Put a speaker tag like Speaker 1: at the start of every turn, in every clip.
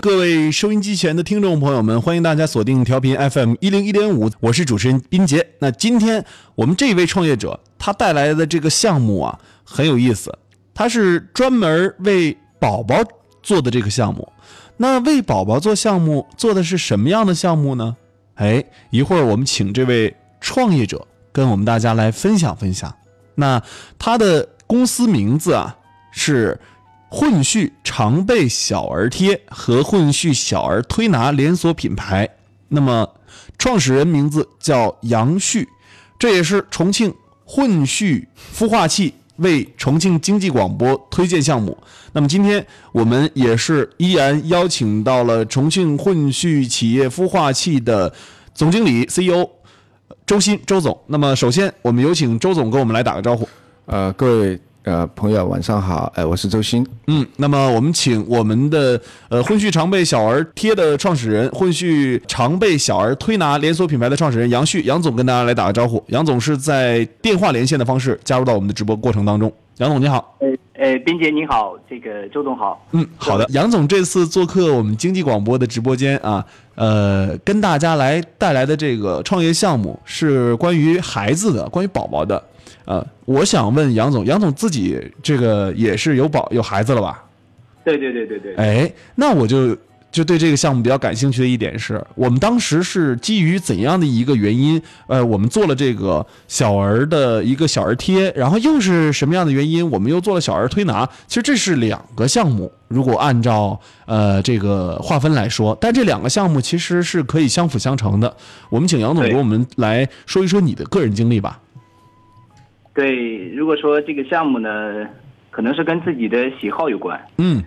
Speaker 1: 各位收音机前的听众朋友们，欢迎大家锁定调频 FM 一零一点五，我是主持人斌杰。那今天我们这位创业者他带来的这个项目啊，很有意思，他是专门为宝宝做的这个项目。那为宝宝做项目做的是什么样的项目呢？哎，一会儿我们请这位创业者跟我们大家来分享分享。那他的公司名字啊是混续常备小儿贴和混续小儿推拿连锁品牌。那么，创始人名字叫杨旭，这也是重庆混续孵化器为重庆经济广播推荐项目。那么今天我们也是依然邀请到了重庆混续企业孵化器的总经理 CEO 周鑫周总。那么首先我们有请周总跟我们来打个招呼。
Speaker 2: 呃，各位呃朋友，晚上好，哎、我是周鑫。
Speaker 1: 嗯，那么我们请我们的呃混续常备小儿贴的创始人，混续常备小儿推拿连锁品牌的创始人杨旭杨总跟大家来打个招呼。杨总是在电话连线的方式加入到我们的直播过程当中。杨总你好，
Speaker 3: 呃呃，冰姐你好，这个周总好。
Speaker 1: 嗯，好的。杨总这次做客我们经济广播的直播间啊，呃，跟大家来带来的这个创业项目是关于孩子的，关于宝宝的。呃，我想问杨总，杨总自己这个也是有宝有孩子了吧？
Speaker 3: 对对对对对，
Speaker 1: 哎，那我就就对这个项目比较感兴趣的一点是，我们当时是基于怎样的一个原因？呃，我们做了这个小儿的一个小儿贴，然后又是什么样的原因，我们又做了小儿推拿？其实这是两个项目，如果按照呃这个划分来说，但这两个项目其实是可以相辅相成的。我们请杨总
Speaker 3: 对
Speaker 1: 给我们来说一说你的个人经历吧。
Speaker 3: 对，如果说这个项目呢，可能是跟自己的喜好有关。
Speaker 1: 嗯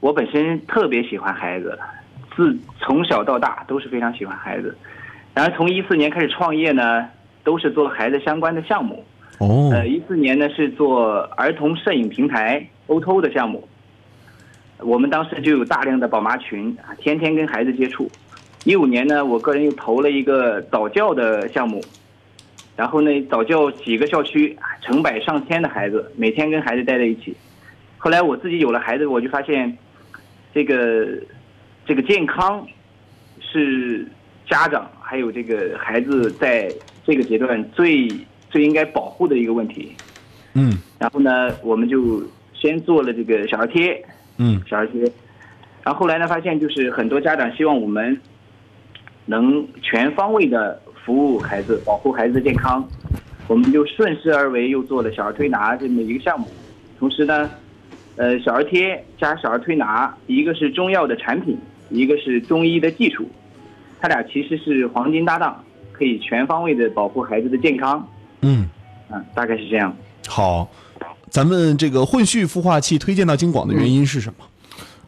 Speaker 3: 我本身特别喜欢孩子，自从小到大都是非常喜欢孩子。然而从一四年开始创业呢，都是做孩子相关的项目。
Speaker 1: 哦
Speaker 3: 呃，一四年呢是做儿童摄影平台 O2O 的项目，我们当时就有大量的宝妈群，啊天天跟孩子接触。一五年呢，我个人又投了一个早教的项目，然后呢，早教几个校区啊成百上千的孩子，每天跟孩子待在一起。后来我自己有了孩子，我就发现，这个这个健康是家长还有这个孩子在这个阶段最最应该保护的一个问题。
Speaker 1: 嗯
Speaker 3: 然后呢，我们就先做了这个小儿贴，
Speaker 1: 嗯
Speaker 3: 小儿贴。然后后来呢，发现就是很多家长希望我们能全方位的服务孩子，保护孩子的健康。我们就顺势而为，又做了小儿推拿这么一个项目。同时呢，呃，小儿贴加小儿推拿，一个是中药的产品，一个是中医的技术，它俩其实是黄金搭档，可以全方位的保护孩子的健康。
Speaker 1: 嗯，
Speaker 3: 嗯，大概是这样。
Speaker 1: 好，咱们这个混续孵化器推荐到京广的原因是什
Speaker 3: 嗯
Speaker 1: 么？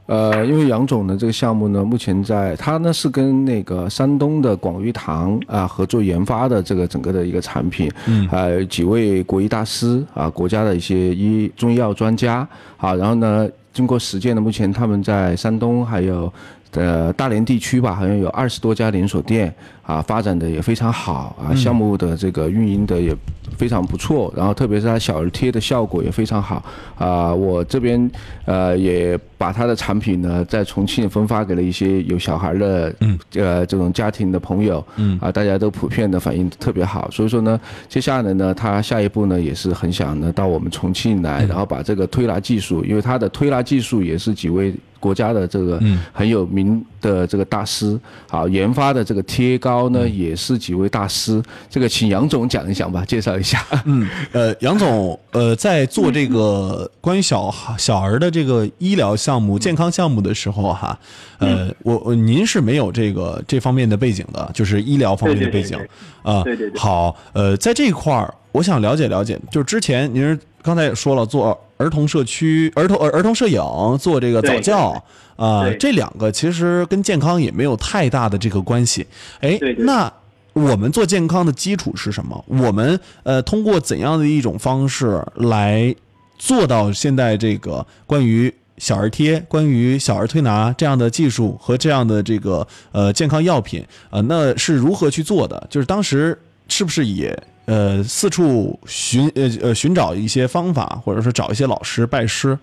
Speaker 2: 呃，因为杨总呢这个项目呢，目前在他呢是跟那个山东的广玉堂啊、合作研发的这个整个的一个产品，嗯，呃，几位国医大师啊、国家的一些医中医药专家啊，然后呢，经过实践呢，目前他们在山东还有。呃，大连地区吧，好像有二十多家连锁店啊，发展的也非常好啊，项目的这个运营的也非常不错，然后特别是它小儿贴的效果也非常好啊。我这边呃也把它的产品呢在重庆分发给了一些有小孩的嗯呃这种家庭的朋友嗯啊，大家都普遍的反应特别好，所以说呢，接下来呢，他下一步呢也是很想呢到我们重庆来，然后把这个推拿技术，因为它的推拿技术也是几位国家的这个
Speaker 1: 嗯
Speaker 2: 很有名的这个大师啊，研发的这个贴膏呢，
Speaker 1: 嗯
Speaker 2: 也是几位大师。这个请杨总讲一讲吧，介绍一下。
Speaker 1: 嗯，呃，杨总，呃，在做这个关于小小儿的这个医疗项目、健康项目的时候，哈，
Speaker 3: 嗯
Speaker 1: 呃，我我您是没有这个这方面的背景的，就是医疗方面的
Speaker 3: 对对
Speaker 1: 背
Speaker 3: 对
Speaker 1: 景
Speaker 3: 对
Speaker 1: 啊。
Speaker 3: 对对对
Speaker 1: 好，呃，在这一块儿，我想了解了解，就是之前您是刚才也说了，做儿童社区、儿童呃儿儿童摄影，做这个
Speaker 3: 对
Speaker 1: 早教啊、
Speaker 3: 对
Speaker 1: 这两个其实跟健康也没有太大的这个关系。哎，
Speaker 3: 对对
Speaker 1: 那我们做健康的基础是什么？我们呃通过怎样的一种方式来做到现在这个关于小儿贴、关于小儿推拿这样的技术和这样的这个呃健康药品呃，那是如何去做的？就是当时是不是也呃四处寻呃呃寻找一些方法，或者说找一些老师拜师？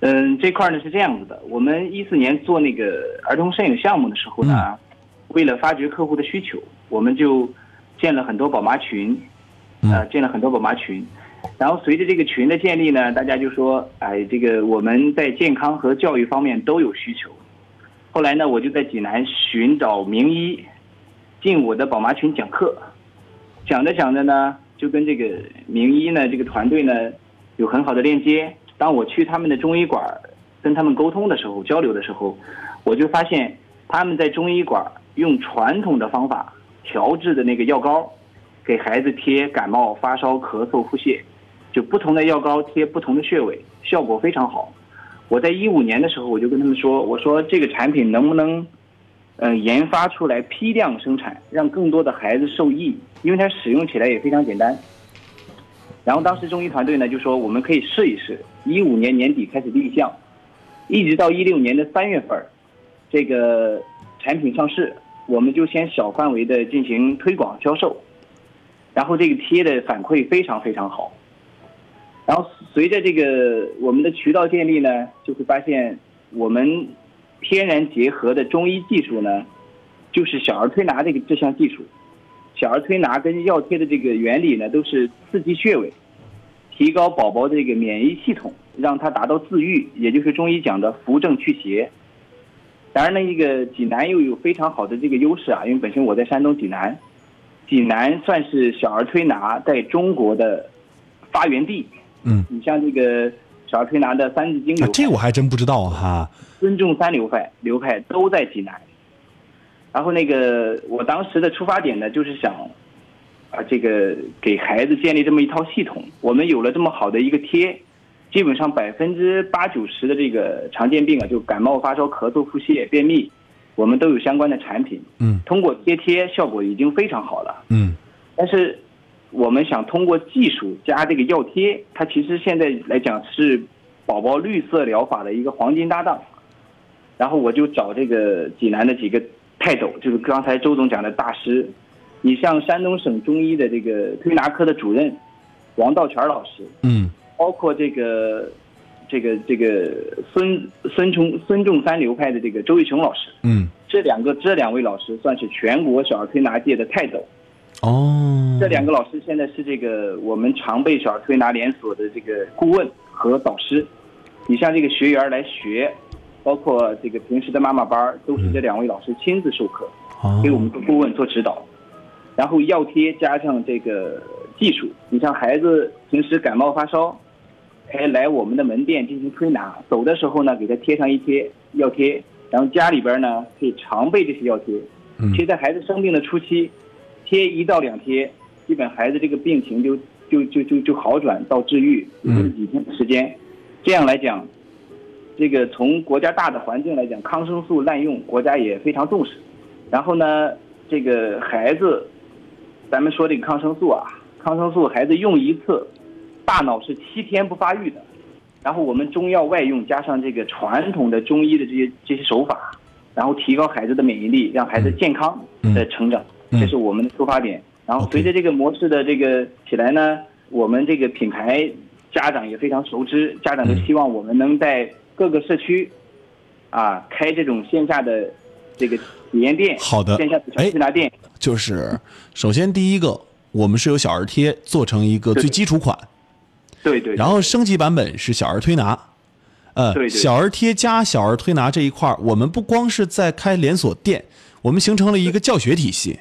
Speaker 3: 嗯，这块儿呢是这样子的，我们一四年做那个儿童摄影项目的时候呢，为了发掘客户的需求，我们就建了很多宝妈群，呃，建了很多宝妈群。然后随着这个群的建立呢，大家就说，哎，这个我们在健康和教育方面都有需求。后来呢，我就在济南寻找名医，进我的宝妈群讲课。讲着讲着呢，就跟这个名医呢这个团队呢有很好的链接。当我去他们的中医馆儿跟他们沟通的时候、交流的时候，我就发现他们在中医馆儿用传统的方法调制的那个药膏，给孩子贴感冒、发烧、咳嗽、腹泻，就不同的药膏贴不同的穴位，效果非常好。我在一五年的时候，我就跟他们说，我说这个产品能不能嗯，研发出来批量生产，让更多的孩子受益，因为它使用起来也非常简单。然后当时中医团队呢就说我们可以试一试，一五年年底开始立项，一直到一六年的三月份儿，这个产品上市，我们就先小范围的进行推广销售，然后这个贴的反馈非常非常好。然后随着这个我们的渠道建立呢，就会发现我们天然结合的中医技术呢，就是小儿推拿这个这项技术。小儿推拿跟药贴的这个原理呢，都是刺激穴位，提高宝宝这个免疫系统，让他达到自愈，也就是中医讲的扶正祛邪。当然呢，一个济南又有非常好的这个优势啊，因为本身我在山东济南，济南算是小儿推拿在中国的发源地。
Speaker 1: 嗯，
Speaker 3: 你像这个小儿推拿的三字经流
Speaker 1: 啊
Speaker 3: 派，
Speaker 1: 这我还真不知道啊哈。
Speaker 3: 尊重三流派流派都在济南。然后那个我当时的出发点呢，就是想啊，这个给孩子建立这么一套系统。我们有了这么好的一个贴，基本上百分之八九十的这个常见病啊，就感冒、发烧、咳嗽、腹泻、便秘，我们都有相关的产品。
Speaker 1: 嗯
Speaker 3: 通过贴贴效果已经非常好了。
Speaker 1: 嗯
Speaker 3: 但是我们想通过技术加这个药贴，它其实现在来讲是宝宝绿色疗法的一个黄金搭档。然后我就找这个济南的几个泰斗，就是刚才周总讲的大师，你像山东省中医的这个推拿科的主任王道全老师，
Speaker 1: 嗯
Speaker 3: 包括这个这个这个孙孙冲孙仲山流派的这个周玉琼老师，
Speaker 1: 嗯，
Speaker 3: 这两个这两位老师算是全国小儿推拿界的泰斗。
Speaker 1: 哦，
Speaker 3: 这两个老师现在是这个我们常备小儿推拿连锁的这个顾问和导师。你像这个学员来学，包括这个平时的妈妈班儿，都是这两位老师亲自授课，
Speaker 1: 哦
Speaker 3: 给我们做顾问做指导。然后药贴加上这个技术，你像孩子平时感冒发烧，哎，来我们的门店进行推拿，走的时候呢，给他贴上一贴药贴，然后家里边儿呢可以常备这些药贴。
Speaker 1: 嗯
Speaker 3: 其实，在孩子生病的初期，贴一到两贴，基本孩子这个病情就就就就就好转到治愈，也就是几天的时间。这样来讲，这个从国家大的环境来讲，抗生素滥用国家也非常重视。然后呢，这个孩子，咱们说这个抗生素啊，抗生素孩子用一次，大脑是七天不发育的。然后我们中药外用加上这个传统的中医的这些这些手法，然后提高孩子的免疫力，让孩子健康的成长，
Speaker 1: 嗯嗯
Speaker 3: 这是我们的出发点。然后随着这个模式的这个起来呢，我们这个品牌家长也非常熟知，家长就希望我们能在各个社区啊开这种线下的这个体验店，
Speaker 1: 好的
Speaker 3: 线下的小
Speaker 1: 哎
Speaker 3: 推拿店，
Speaker 1: 就是首先第一个，我们是由小儿贴做成一个最基础款，
Speaker 3: 对对，
Speaker 1: 然后升级版本是小儿推拿。呃，
Speaker 3: 对对
Speaker 1: 小儿贴加小儿推拿这一块儿，我们不光是在开连锁店，我们形成了一个教学体系。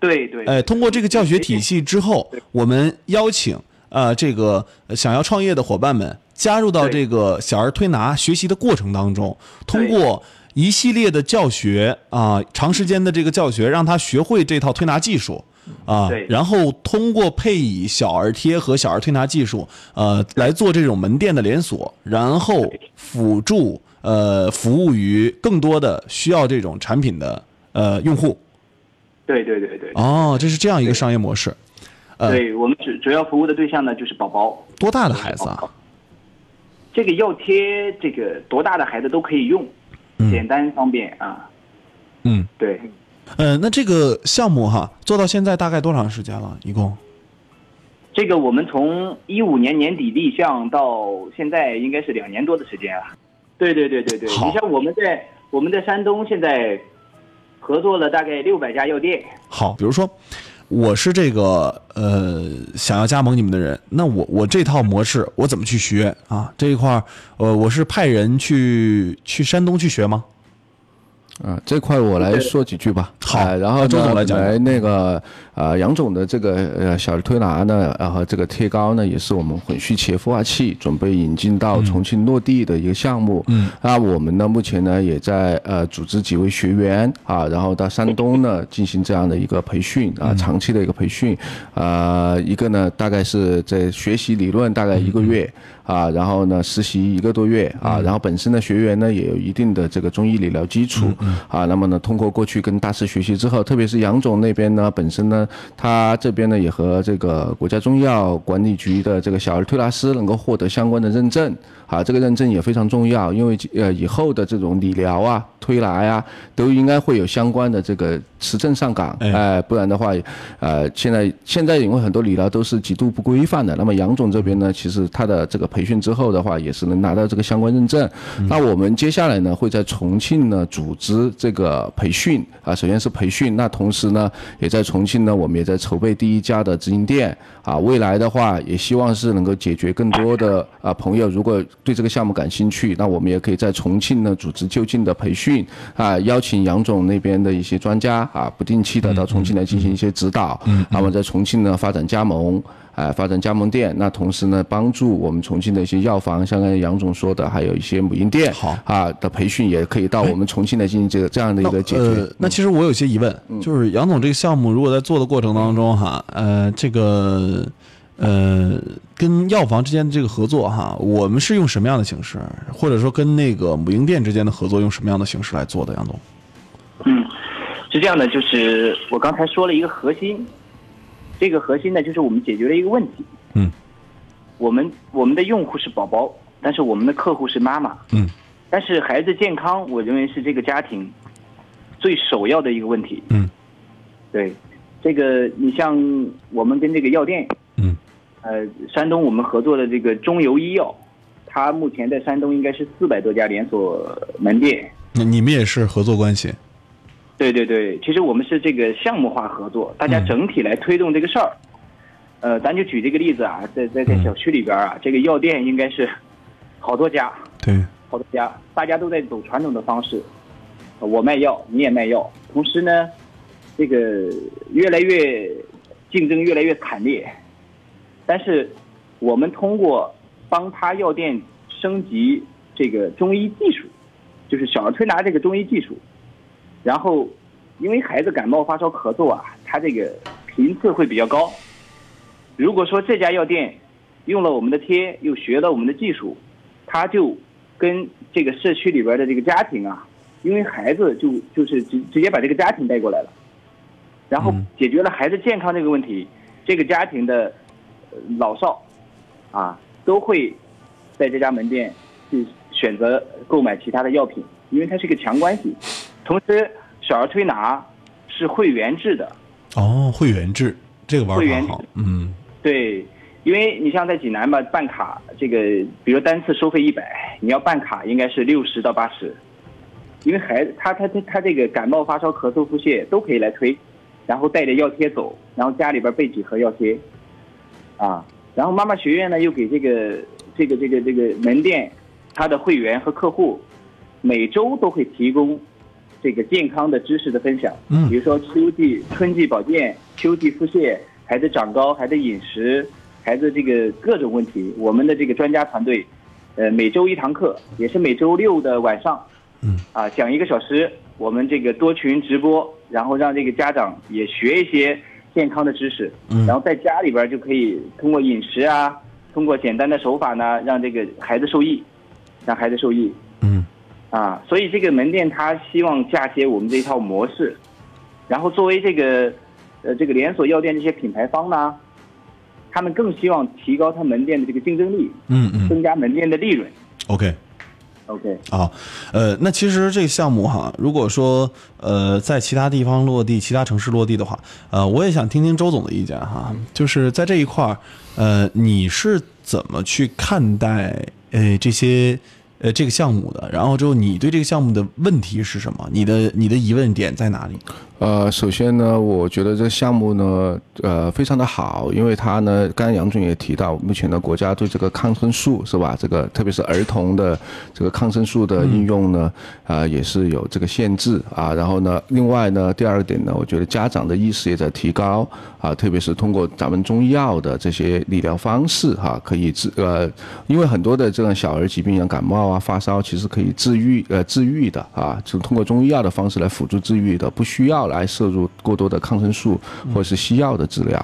Speaker 3: 对对，
Speaker 1: 哎，通过这个教学体系之后，我们邀请呃这个呃想要创业的伙伴们加入到
Speaker 3: 对
Speaker 1: 这个小儿推拿学习的过程当中，通过一系列的教学啊、长时间的这个教学，让他学会这套推拿技术。啊
Speaker 3: 对，
Speaker 1: 然后通过配以小儿贴和小儿推拿技术，呃，来做这种门店的连锁，然后辅助呃服务于更多的需要这种产品的呃用户。
Speaker 3: 对对对对，
Speaker 1: 哦，这是这样一个商业模式。呃
Speaker 3: 对我们主主要服务的对象呢就是宝宝，
Speaker 1: 多大的孩子啊？
Speaker 3: 这个药贴，这个多大的孩子都可以用，简单方便啊。
Speaker 1: 嗯，
Speaker 3: 对，
Speaker 1: 呃，那这个项目哈，做到现在大概多长时间了？一共？
Speaker 3: 这个我们从一五年年底立项到现在应该是两年多的时间啊。对对对对对，
Speaker 1: 好
Speaker 3: 你像我们在我们在山东现在合作了大概六百家药店，
Speaker 1: 好，比如说我是这个呃想要加盟你们的人，那我我这套模式我怎么去学啊？这一块儿呃我是派人去去山东去学吗？
Speaker 2: 啊，这块我来说几句吧。
Speaker 1: 好
Speaker 2: 呃然后
Speaker 1: 周
Speaker 2: 呢
Speaker 1: 总来讲
Speaker 2: 来那个呃，杨总的这个呃小儿推拿呢，然后这个贴膏呢，也是我们混续前孵化器准备引进到重庆落地的一个项目。嗯，那我们呢，目前呢也在呃组织几位学员啊，然后到山东呢进行这样的一个培训啊，长期的一个培训。呃，一个呢大概是在学习理论大概一个月。啊，然后呢，实习一个多月啊，然后本身的学员呢也有一定的这个中医理疗基础啊，那么呢，通过过去跟大师学习之后，特别是杨总那边呢，本身呢，他这边呢也和这个国家中药管理局的这个小儿推拿师能够获得相关的认证啊，这个认证也非常重要，因为呃以后的这种理疗啊、推拿呀、都应该会有相关的这个持证上岗，
Speaker 1: 哎
Speaker 2: 哎、不然的话，呃，现在现在因为很多理疗都是极度不规范的，那么杨总这边呢，其实他的这个培训之后的话，也是能拿到这个相关认证。那我们接下来呢，会在重庆呢组织这个培训啊，首先是培训，那同时呢，也在重庆呢，我们也在筹备第一家的直营店啊，未来的话也希望是能够解决更多的啊朋友，如果对这个项目感兴趣，那我们也可以在重庆呢组织就近的培训啊，邀请杨总那边的一些专家啊，不定期的到重庆来进行一些指导，
Speaker 1: 嗯
Speaker 2: 那么在重庆呢发展加盟。啊，发展加盟店，那同时呢，帮助我们重庆的一些药房，像刚才杨总说的，还有一些母婴店，
Speaker 1: 好
Speaker 2: 啊的培训，也可以到我们重庆来进行这个这样的一个解决。嗯
Speaker 1: 呃，那其实我有些疑问，就是杨总这个项目如果在做的过程当中哈，呃，这个呃跟药房之间的这个合作哈，我们是用什么样的形式，或者说跟那个母婴店之间的合作用什么样的形式来做的？杨总，
Speaker 3: 嗯，是这样的，就是我刚才说了一个核心，这个核心呢，就是我们解决了一个问题。
Speaker 1: 嗯，
Speaker 3: 我们我们的用户是宝宝，但是我们的客户是妈妈。
Speaker 1: 嗯，
Speaker 3: 但是孩子健康，我认为是这个家庭最首要的一个问题。
Speaker 1: 嗯，
Speaker 3: 对，这个你像我们跟这个药店，
Speaker 1: 嗯，
Speaker 3: 呃，山东我们合作的这个中油医药，它目前在山东应该是四百多家连锁门店。
Speaker 1: 那你们也是合作关系？
Speaker 3: 对对对，其实我们是这个项目化合作，大家整体来推动这个事儿。
Speaker 1: 嗯
Speaker 3: 呃，咱就举这个例子啊，在在在小区里边啊，这个药店应该是好多家，
Speaker 1: 对，
Speaker 3: 好多家，大家都在走传统的方式，呃我卖药，你也卖药，同时呢，这个越来越竞争越来越惨烈，但是我们通过帮他药店升级这个中医技术，就是小儿推拿这个中医技术，然后因为孩子感冒、发烧、咳嗽啊，他这个频次会比较高。如果说这家药店用了我们的贴，又学了我们的技术，他就跟这个社区里边的这个家庭啊，因为孩子就就是直直接把这个家庭带过来了，然后
Speaker 1: 嗯
Speaker 3: 解决了孩子健康这个问题，这个家庭的呃老少啊都会在这家门店去选择购买其他的药品，因为它是个强关系。同时，小儿推拿是会员制的，
Speaker 1: 哦，会员制这个玩
Speaker 3: 会
Speaker 1: 法
Speaker 3: 员
Speaker 1: 好
Speaker 3: 制，
Speaker 1: 嗯
Speaker 3: 对，因为你像在济南吧，办卡这个，比如单次收费一百，你要办卡应该是六十到八十，因为孩子他他他他这个感冒、发烧、咳嗽、腹泻都可以来推，然后带着药贴走，然后家里边备几盒药贴，啊，然后妈妈学院呢又给这个这个这个这个门店，他的会员和客户每周都会提供这个健康的知识的分享，
Speaker 1: 嗯
Speaker 3: 比如说秋季、春季保健、秋季腹泻、孩子长高、孩子饮食、孩子这个各种问题，我们的这个专家团队，呃，每周一堂课，也是每周六的晚上，
Speaker 1: 嗯，
Speaker 3: 啊，讲一个小时，我们这个多群直播，然后让这个家长也学一些健康的知识，
Speaker 1: 嗯
Speaker 3: 然后在家里边就可以通过饮食啊，通过简单的手法呢，让这个孩子受益，让孩子受益，
Speaker 1: 嗯
Speaker 3: 啊，所以这个门店它希望嫁接我们这一套模式，然后作为这个呃这个连锁药店这些品牌方呢，他们更希望提高他门店的这个竞争力，
Speaker 1: 嗯嗯
Speaker 3: 增加门店的利润。
Speaker 1: ，OK，
Speaker 3: OK，
Speaker 1: 啊，呃，那其实这个项目哈，如果说呃在其他地方落地、其他城市落地的话，呃，我也想听听周总的意见哈，就是在这一块儿，呃，你是怎么去看待呃这些呃这个项目的？然后之后你对这个项目的问题是什么？你的你的疑问点在哪里？
Speaker 2: 呃，首先呢，我觉得这项目呢，呃，非常的好，因为它呢，刚刚杨总也提到，目前呢，国家对这个抗生素是吧，这个特别是儿童的这个抗生素的应用呢，啊、也是有这个限制啊。然后呢，另外呢，第二点呢，我觉得家长的意识也在提高啊，特别是通过咱们中医药的这些理疗方式哈、可以治呃，因为很多的这种小儿疾病，像感冒啊、发烧，其实可以治愈呃治愈的啊，就通过中医药的方式来辅助治愈的，不需要来摄入过多的抗生素或者是西药的治疗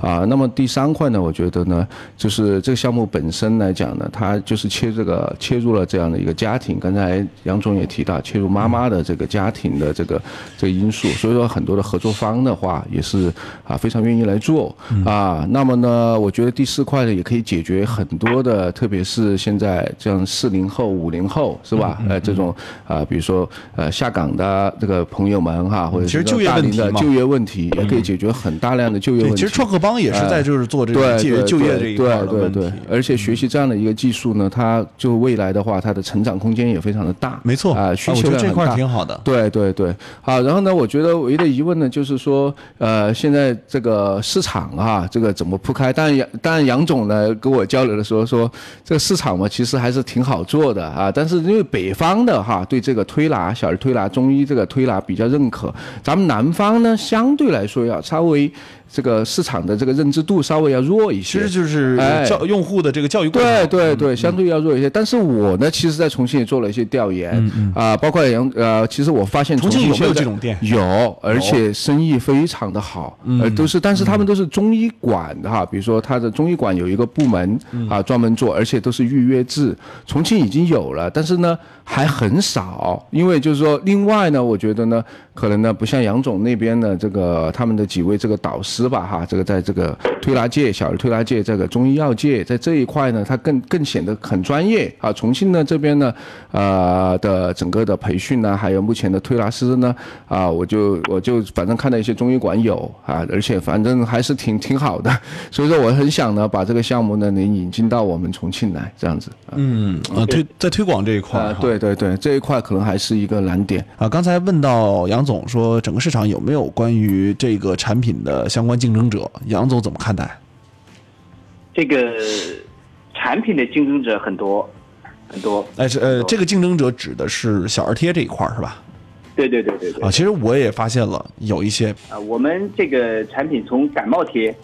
Speaker 2: 啊。那么第三块呢，我觉得呢，就是这个项目本身来讲呢，它就是切这个切入了这样的一个家庭，刚才杨总也提到切入妈妈的这个家庭的这个这个因素，所以说很多的合作方的话也是啊非常愿意来做啊。那么呢，我觉得第四块呢也可以解决很多的，特别是现在这样四零后、五零后是吧？呃，这种啊，比如说呃下岗的这个朋友们哈，或者
Speaker 1: 其实
Speaker 2: 是说
Speaker 1: 就业
Speaker 2: 呃大
Speaker 1: 问
Speaker 2: 龄
Speaker 1: 题
Speaker 2: 的
Speaker 1: 嘛嗯
Speaker 2: 就业问题，也可以解决很大量的就业
Speaker 1: 对，
Speaker 2: 问
Speaker 1: 其
Speaker 2: 题呃
Speaker 1: 实。创客帮也是在就是做这个
Speaker 2: 对
Speaker 1: 解决
Speaker 2: 对
Speaker 1: 就业
Speaker 2: 对
Speaker 1: 这一块儿的问题。嗯
Speaker 2: 对对对，而且学习这样的一个技术呢，它就未来的话，它的成长空间也非常的大。
Speaker 1: 没错
Speaker 2: 啊，需
Speaker 1: 我
Speaker 2: 求
Speaker 1: 觉得
Speaker 2: 量
Speaker 1: 这
Speaker 2: 很
Speaker 1: 块儿
Speaker 2: 大。
Speaker 1: 挺好的。
Speaker 2: 对对对，好，然后呢，我觉得唯一的疑问呢，就是说，呃，现在这个市场啊，这个怎么铺开？但杨但杨总呢跟我交流的时候说，这个市场嘛，其实还是挺好做的啊，但是因为北方的哈对这个推拿、小儿推拿、中医这个推拿比较认可，咱们南方呢相对来说要稍微这个市场的这个认知度稍微要弱一
Speaker 1: 其
Speaker 2: 些。
Speaker 1: 实就是
Speaker 2: 哎
Speaker 1: 教用户的这个教育过程
Speaker 2: 对对对，相对要弱一些。但是我呢，其实在重庆也做了一些调研啊、包括杨呃，其实我发现
Speaker 1: 重庆
Speaker 2: 庆
Speaker 1: 有没有
Speaker 2: 现在
Speaker 1: 这种店
Speaker 2: 有，而且生意非常的好，呃，都是，但是他们都是中医馆的哈，比如说他的中医馆有一个部门啊，专门做，而且都是预约制。重庆已经有了，但是呢还很少，因为就是说，另外呢，我觉得呢，可能呢不像杨总那边呢，这个他们的几位这个导师吧哈，这个在这个推拿界、小儿推拿界、这个中医药界，在这一块呢，它更更显得很专业啊。重庆呢这边呢，呃的整个的培训呢，还有目前的推拿师呢，啊，我就我就反正看到一些中医馆有啊，而且反正还是挺挺好的， 所以说我很想呢把这个项目呢能引进到我们重庆来这样子啊。
Speaker 1: 嗯啊，推在推广这一块儿
Speaker 2: 啊，
Speaker 1: 哈
Speaker 2: 对对对，这一块可能还是一个难点。
Speaker 1: 啊，刚才问到杨总说，整个市场有没有关于这个产品的相关竞争者？杨总怎么看待？
Speaker 3: 这个产品的竞争者很多很多。
Speaker 1: 哎，这呃，这个竞争者指的是小儿贴这一块儿是吧？
Speaker 3: 对对对对对。
Speaker 1: 啊，其实我也发现了有一些，
Speaker 3: 啊，我们这个产品从感冒贴、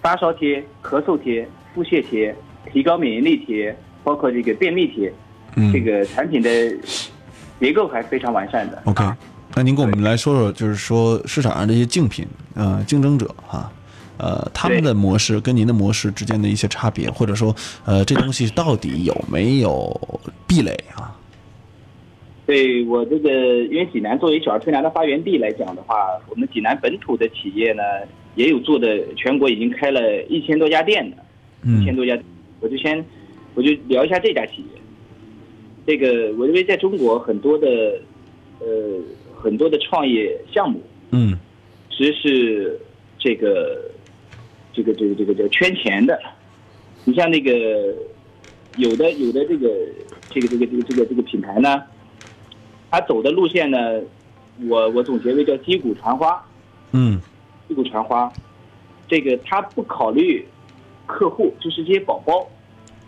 Speaker 3: 发烧贴、咳嗽贴、腹泻贴、提高免疫力贴，包括这个便秘贴，
Speaker 1: 嗯
Speaker 3: 这个产品的结构还非常完善的。
Speaker 1: ，OK，那您给我们来说说，就是说市场上这些竞品，呃，竞争者哈、呃，他们的模式跟您的模式之间的一些差别，或者说，呃，这东西到底有没有壁垒啊？
Speaker 3: 对我这个，因为济南作为小儿推拿的发源地来讲的话，我们济南本土的企业呢，也有做的，全国已经开了一千多家店的。一千
Speaker 1: 嗯
Speaker 3: 多家，我就先我就聊一下这家企业。这个我认为在中国很多的呃很多的创业项目，
Speaker 1: 嗯
Speaker 3: 其实是这个这个这个这个叫圈钱的。你像那个有的有的这个这个这个这个这个这个品牌呢，它走的路线呢，我我总结为叫击鼓传花。
Speaker 1: 嗯
Speaker 3: 一股传花，这个他不考虑客户，就是这些宝宝，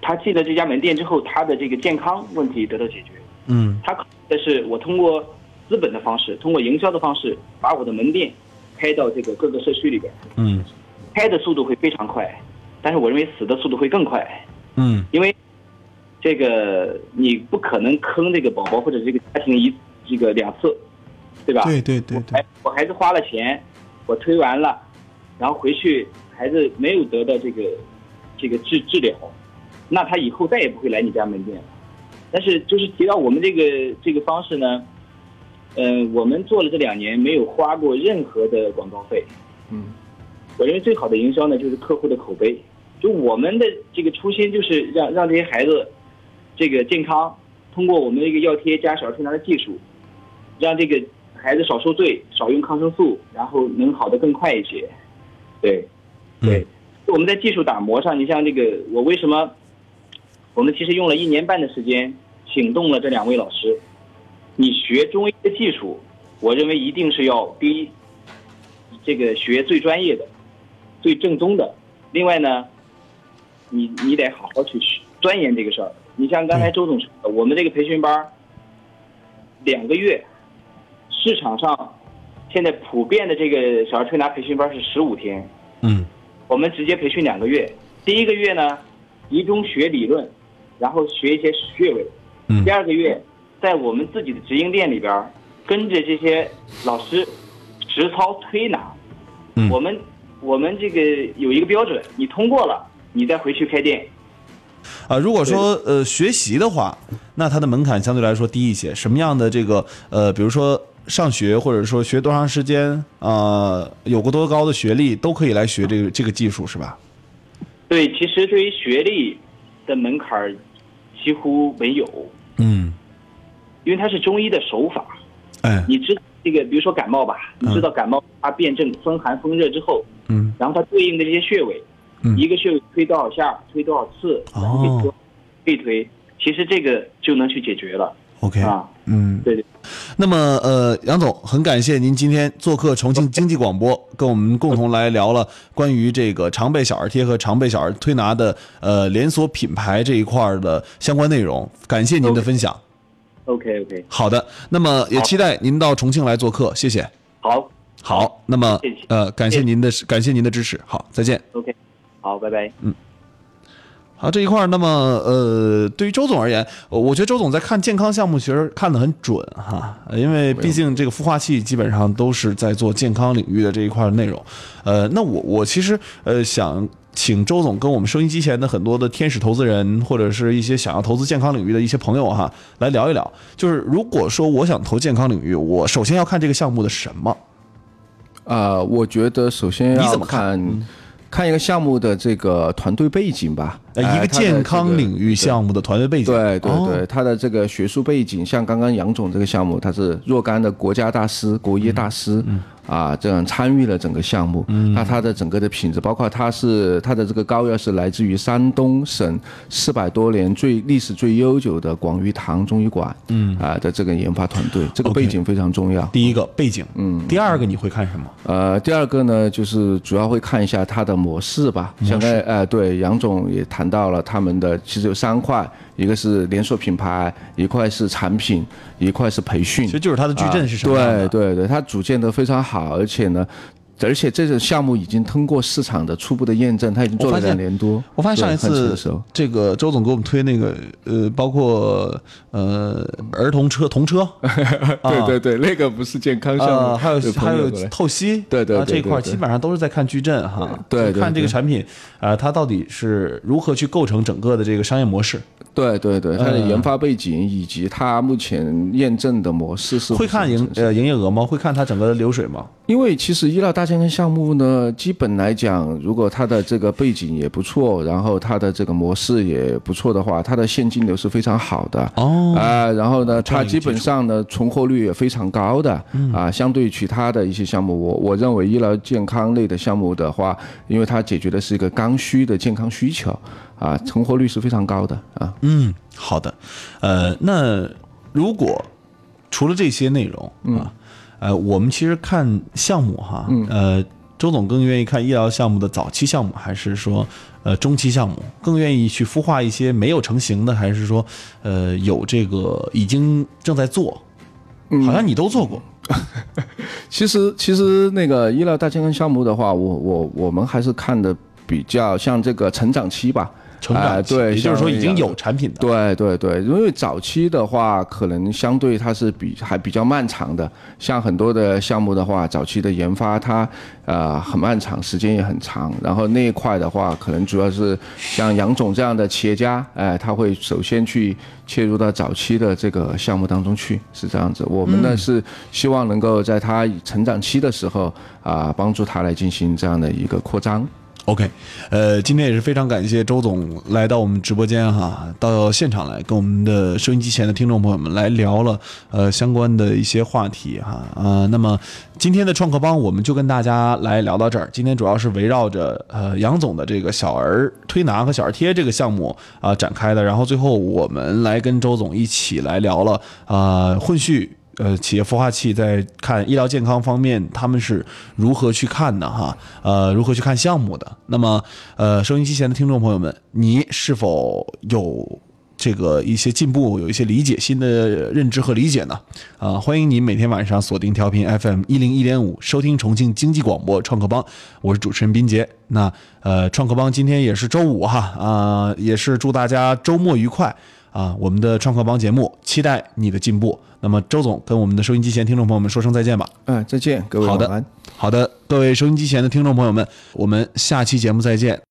Speaker 3: 他进了这家门店之后，他的这个健康问题得到解决。
Speaker 1: 嗯
Speaker 3: 他考虑的是我通过资本的方式，通过营销的方式，把我的门店开到这个各个社区里边，
Speaker 1: 嗯
Speaker 3: 开的速度会非常快，但是我认为死的速度会更快，
Speaker 1: 嗯
Speaker 3: 因为这个你不可能坑这个宝宝或者这个家庭一这个两次，对吧？
Speaker 1: 对对对对
Speaker 3: 哎，我孩子花了钱，我推完了，然后回去孩子没有得到这个这个治治疗，那他以后再也不会来你家门店了。但是就是提到我们这个这个方式呢，嗯、我们做了这两年没有花过任何的广告费。
Speaker 2: 嗯，
Speaker 3: 我认为最好的营销呢就是客户的口碑。就我们的这个初心就是让让这些孩子这个健康，通过我们这个药贴加小儿推拿的技术，让这个孩子少受罪，少用抗生素，然后能好的更快一些。对，对，我们在技术打磨上，你像这个，我为什么我们其实用了一年半的时间，请动了这两位老师。你学中医的技术，我认为一定是要第一，这个学最专业的、最正宗的。另外呢，你你得好好去学钻研这个事儿。你像刚才周总说的，我们这个培训班儿两个月，市场上现在普遍的这个小儿推拿培训班儿是十五天，
Speaker 1: 嗯
Speaker 3: 我们直接培训两个月。第一个月呢，集中学理论，然后学一些穴位。
Speaker 1: 嗯
Speaker 3: 第二个月，在我们自己的直营店里边儿，跟着这些老师实操推拿。
Speaker 1: 嗯
Speaker 3: 我们我们这个有一个标准，你通过了，你再回去开店。
Speaker 1: 啊，如果说呃学习的话，那它的门槛相对来说低一些。什么样的这个呃，比如说上学或者说学多长时间，呃，有过多高的学历都可以来学这个这个技术是吧？
Speaker 3: 对，其实对于学历的门槛儿几乎没有，
Speaker 1: 嗯，
Speaker 3: 因为它是中医的手法。
Speaker 1: 哎，
Speaker 3: 你知道这个，比如说感冒吧，你知道感冒它辩证风寒风热之后，
Speaker 1: 嗯，
Speaker 3: 然后它对应的这些穴位，
Speaker 1: 嗯
Speaker 3: 一个穴位推多少下，推多少次，然后给推
Speaker 1: 哦
Speaker 3: 被推，其实这个就能去解决了
Speaker 1: OK，
Speaker 3: 啊。
Speaker 1: 嗯，
Speaker 3: 对对，
Speaker 1: 那么呃，杨总，很感谢您今天做客重庆经济广播，跟我们共同来聊了关于这个常备小儿贴和常备小儿推拿的呃连锁品牌这一块儿的相关内容，感谢您的分享。
Speaker 3: OK OK，
Speaker 1: 好的，那么也期待您到重庆来做客，谢谢。
Speaker 3: 好
Speaker 1: 好，那么
Speaker 3: 谢谢
Speaker 1: 呃，感谢您的感谢您的支持，好，再见。
Speaker 3: ，OK，好，拜拜。
Speaker 1: 好，这一块儿，那么呃，对于周总而言，我我觉得周总在看健康项目其实看得很准哈，呃因为毕竟这个孵化器基本上都是在做健康领域的这一块儿内容。呃，那我我其实呃想请周总跟我们收音机前的很多的天使投资人或者是一些想要投资健康领域的一些朋友哈，来聊一聊，就是如果说我想投健康领域，我首先要看这个项目的什么？
Speaker 2: 啊、我觉得首先
Speaker 1: 你
Speaker 2: 要
Speaker 1: 怎么看
Speaker 2: 看看一个项目的这个团队背景吧，
Speaker 1: 呃，
Speaker 2: 哎
Speaker 1: 一个
Speaker 2: 它的
Speaker 1: 健
Speaker 2: 这
Speaker 1: 康
Speaker 2: 个
Speaker 1: 领域项目的团队背景。
Speaker 2: 对对
Speaker 1: 哦
Speaker 2: 对，他的这个学术背景，像刚刚杨总这个项目，他是若干的国家大师、国医大师、
Speaker 1: 嗯
Speaker 2: 啊，这样参与了整个项目。那他的整个的品质，包括他是他的这个膏药是来自于山东省四百多年最历史最悠久的广玉堂中医馆，嗯啊的这个研发团队，这个
Speaker 1: OK
Speaker 2: 背景非常重要。
Speaker 1: 第一个背景，嗯，第二个你会看什么？
Speaker 2: 呃，第二个呢，就是主要会看一下它的模式吧。像刚才呃，对杨总也谈到了，他们的其实有三块，一个是连锁品牌，一块是产品，一块是培训。啊
Speaker 1: 其实就是它的矩阵是什么样的？
Speaker 2: 对对对，它组建的非常好，而且呢，而且这种项目已经通过市场的初步的验证，它已经做
Speaker 1: 我
Speaker 2: 了
Speaker 1: 发现
Speaker 2: 两年多。
Speaker 1: 我发现上一
Speaker 2: 对很成
Speaker 1: 次
Speaker 2: 熟
Speaker 1: 这个周总给我们推那个呃，包括呃儿童车、童 车，啊
Speaker 2: 对对对，那个不是健康项目，
Speaker 1: 呃，还有
Speaker 2: 朋
Speaker 1: 还
Speaker 2: 友
Speaker 1: 有
Speaker 2: 过来
Speaker 1: 透析，
Speaker 2: 对对
Speaker 1: 啊
Speaker 2: 对
Speaker 1: 这一块儿
Speaker 2: 对对
Speaker 1: 基本上都是在看矩阵哈，
Speaker 2: 对对
Speaker 1: 就看这个
Speaker 2: 对
Speaker 1: 产品啊，它到底是如何去构成整个的这个商业模式，
Speaker 2: 对对对，它的
Speaker 1: 嗯
Speaker 2: 研发背景以及它目前验证的模式是
Speaker 1: 会看
Speaker 2: 不是
Speaker 1: 营呃营业额吗？会看它整个的流水吗？
Speaker 2: 因为其实医疗大健康项目呢，基本来讲，如果它的这个背景也不错，然后它的这个模式也不错的话，它的现金流是非常好的。
Speaker 1: 哦，
Speaker 2: 啊、然后呢，它基本上呢存活率也非常高的，啊、
Speaker 1: 嗯
Speaker 2: 相对于其他的一些项目，我我认为医疗健康类的项目的话，因为它解决的是一个刚需的健康需求，啊、存活率是非常高的啊。
Speaker 1: 嗯，好的，呃，那如果除了这些内容
Speaker 2: 嗯
Speaker 1: 啊，呃，我们其实看项目哈，呃，周总更愿意看医疗项目的早期项目，还是说呃中期项目？更愿意去孵化一些没有成型的，还是说呃有这个已经正在做？
Speaker 2: 嗯
Speaker 1: 好像你都做过，
Speaker 2: 其实其实那个医疗大健康项目的话，我我我们还是看的比较像这个成长期吧。
Speaker 1: 成长
Speaker 2: 哎
Speaker 1: 期，
Speaker 2: 对
Speaker 1: 也就是说
Speaker 2: 像
Speaker 1: 已经
Speaker 2: 养
Speaker 1: 有产品的，
Speaker 2: 对对对，因为早期的话，可能相对它是比还比较漫长的，像很多的项目的话，早期的研发它呃很漫长，时间也很长。然后那一块的话，可能主要是像杨总这样的企业家，哎、他会首先去切入到早期的这个项目当中去，是这样子。我们呢、是希望能够在他成长期的时候啊、帮助他来进行这样的一个扩张。
Speaker 1: OK，呃，今天也是非常感谢周总来到我们直播间哈，到现场来跟我们的收音机前的听众朋友们来聊了呃相关的一些话题哈啊、呃那么今天的创客帮我们就跟大家来聊到这儿，今天主要是围绕着呃杨总的这个小儿推拿和小儿贴这个项目啊、展开的，然后最后我们来跟周总一起来聊了啊、呃混序。呃，企业孵化器在看医疗健康方面，他们是如何去看的哈？呃，如何去看项目的？那么，呃，收音机前的听众朋友们，你是否有这个一些进步，有一些理解、新的认知和理解呢？啊、欢迎您每天晚上锁定调频 FM 一零一点五，收听重庆经济广播创客帮，我是主持人斌杰。那呃，创客帮今天也是周五哈，啊、也是祝大家周末愉快。啊，我们的创客帮节目，期待你的进步。那么，周总跟我们的收音机前听众朋友们说声再见吧。
Speaker 2: 嗯、再见，各位
Speaker 1: 好
Speaker 2: 晚
Speaker 1: 的
Speaker 2: 安。
Speaker 1: 好的，各位收音机前的听众朋友们，我们下期节目再见。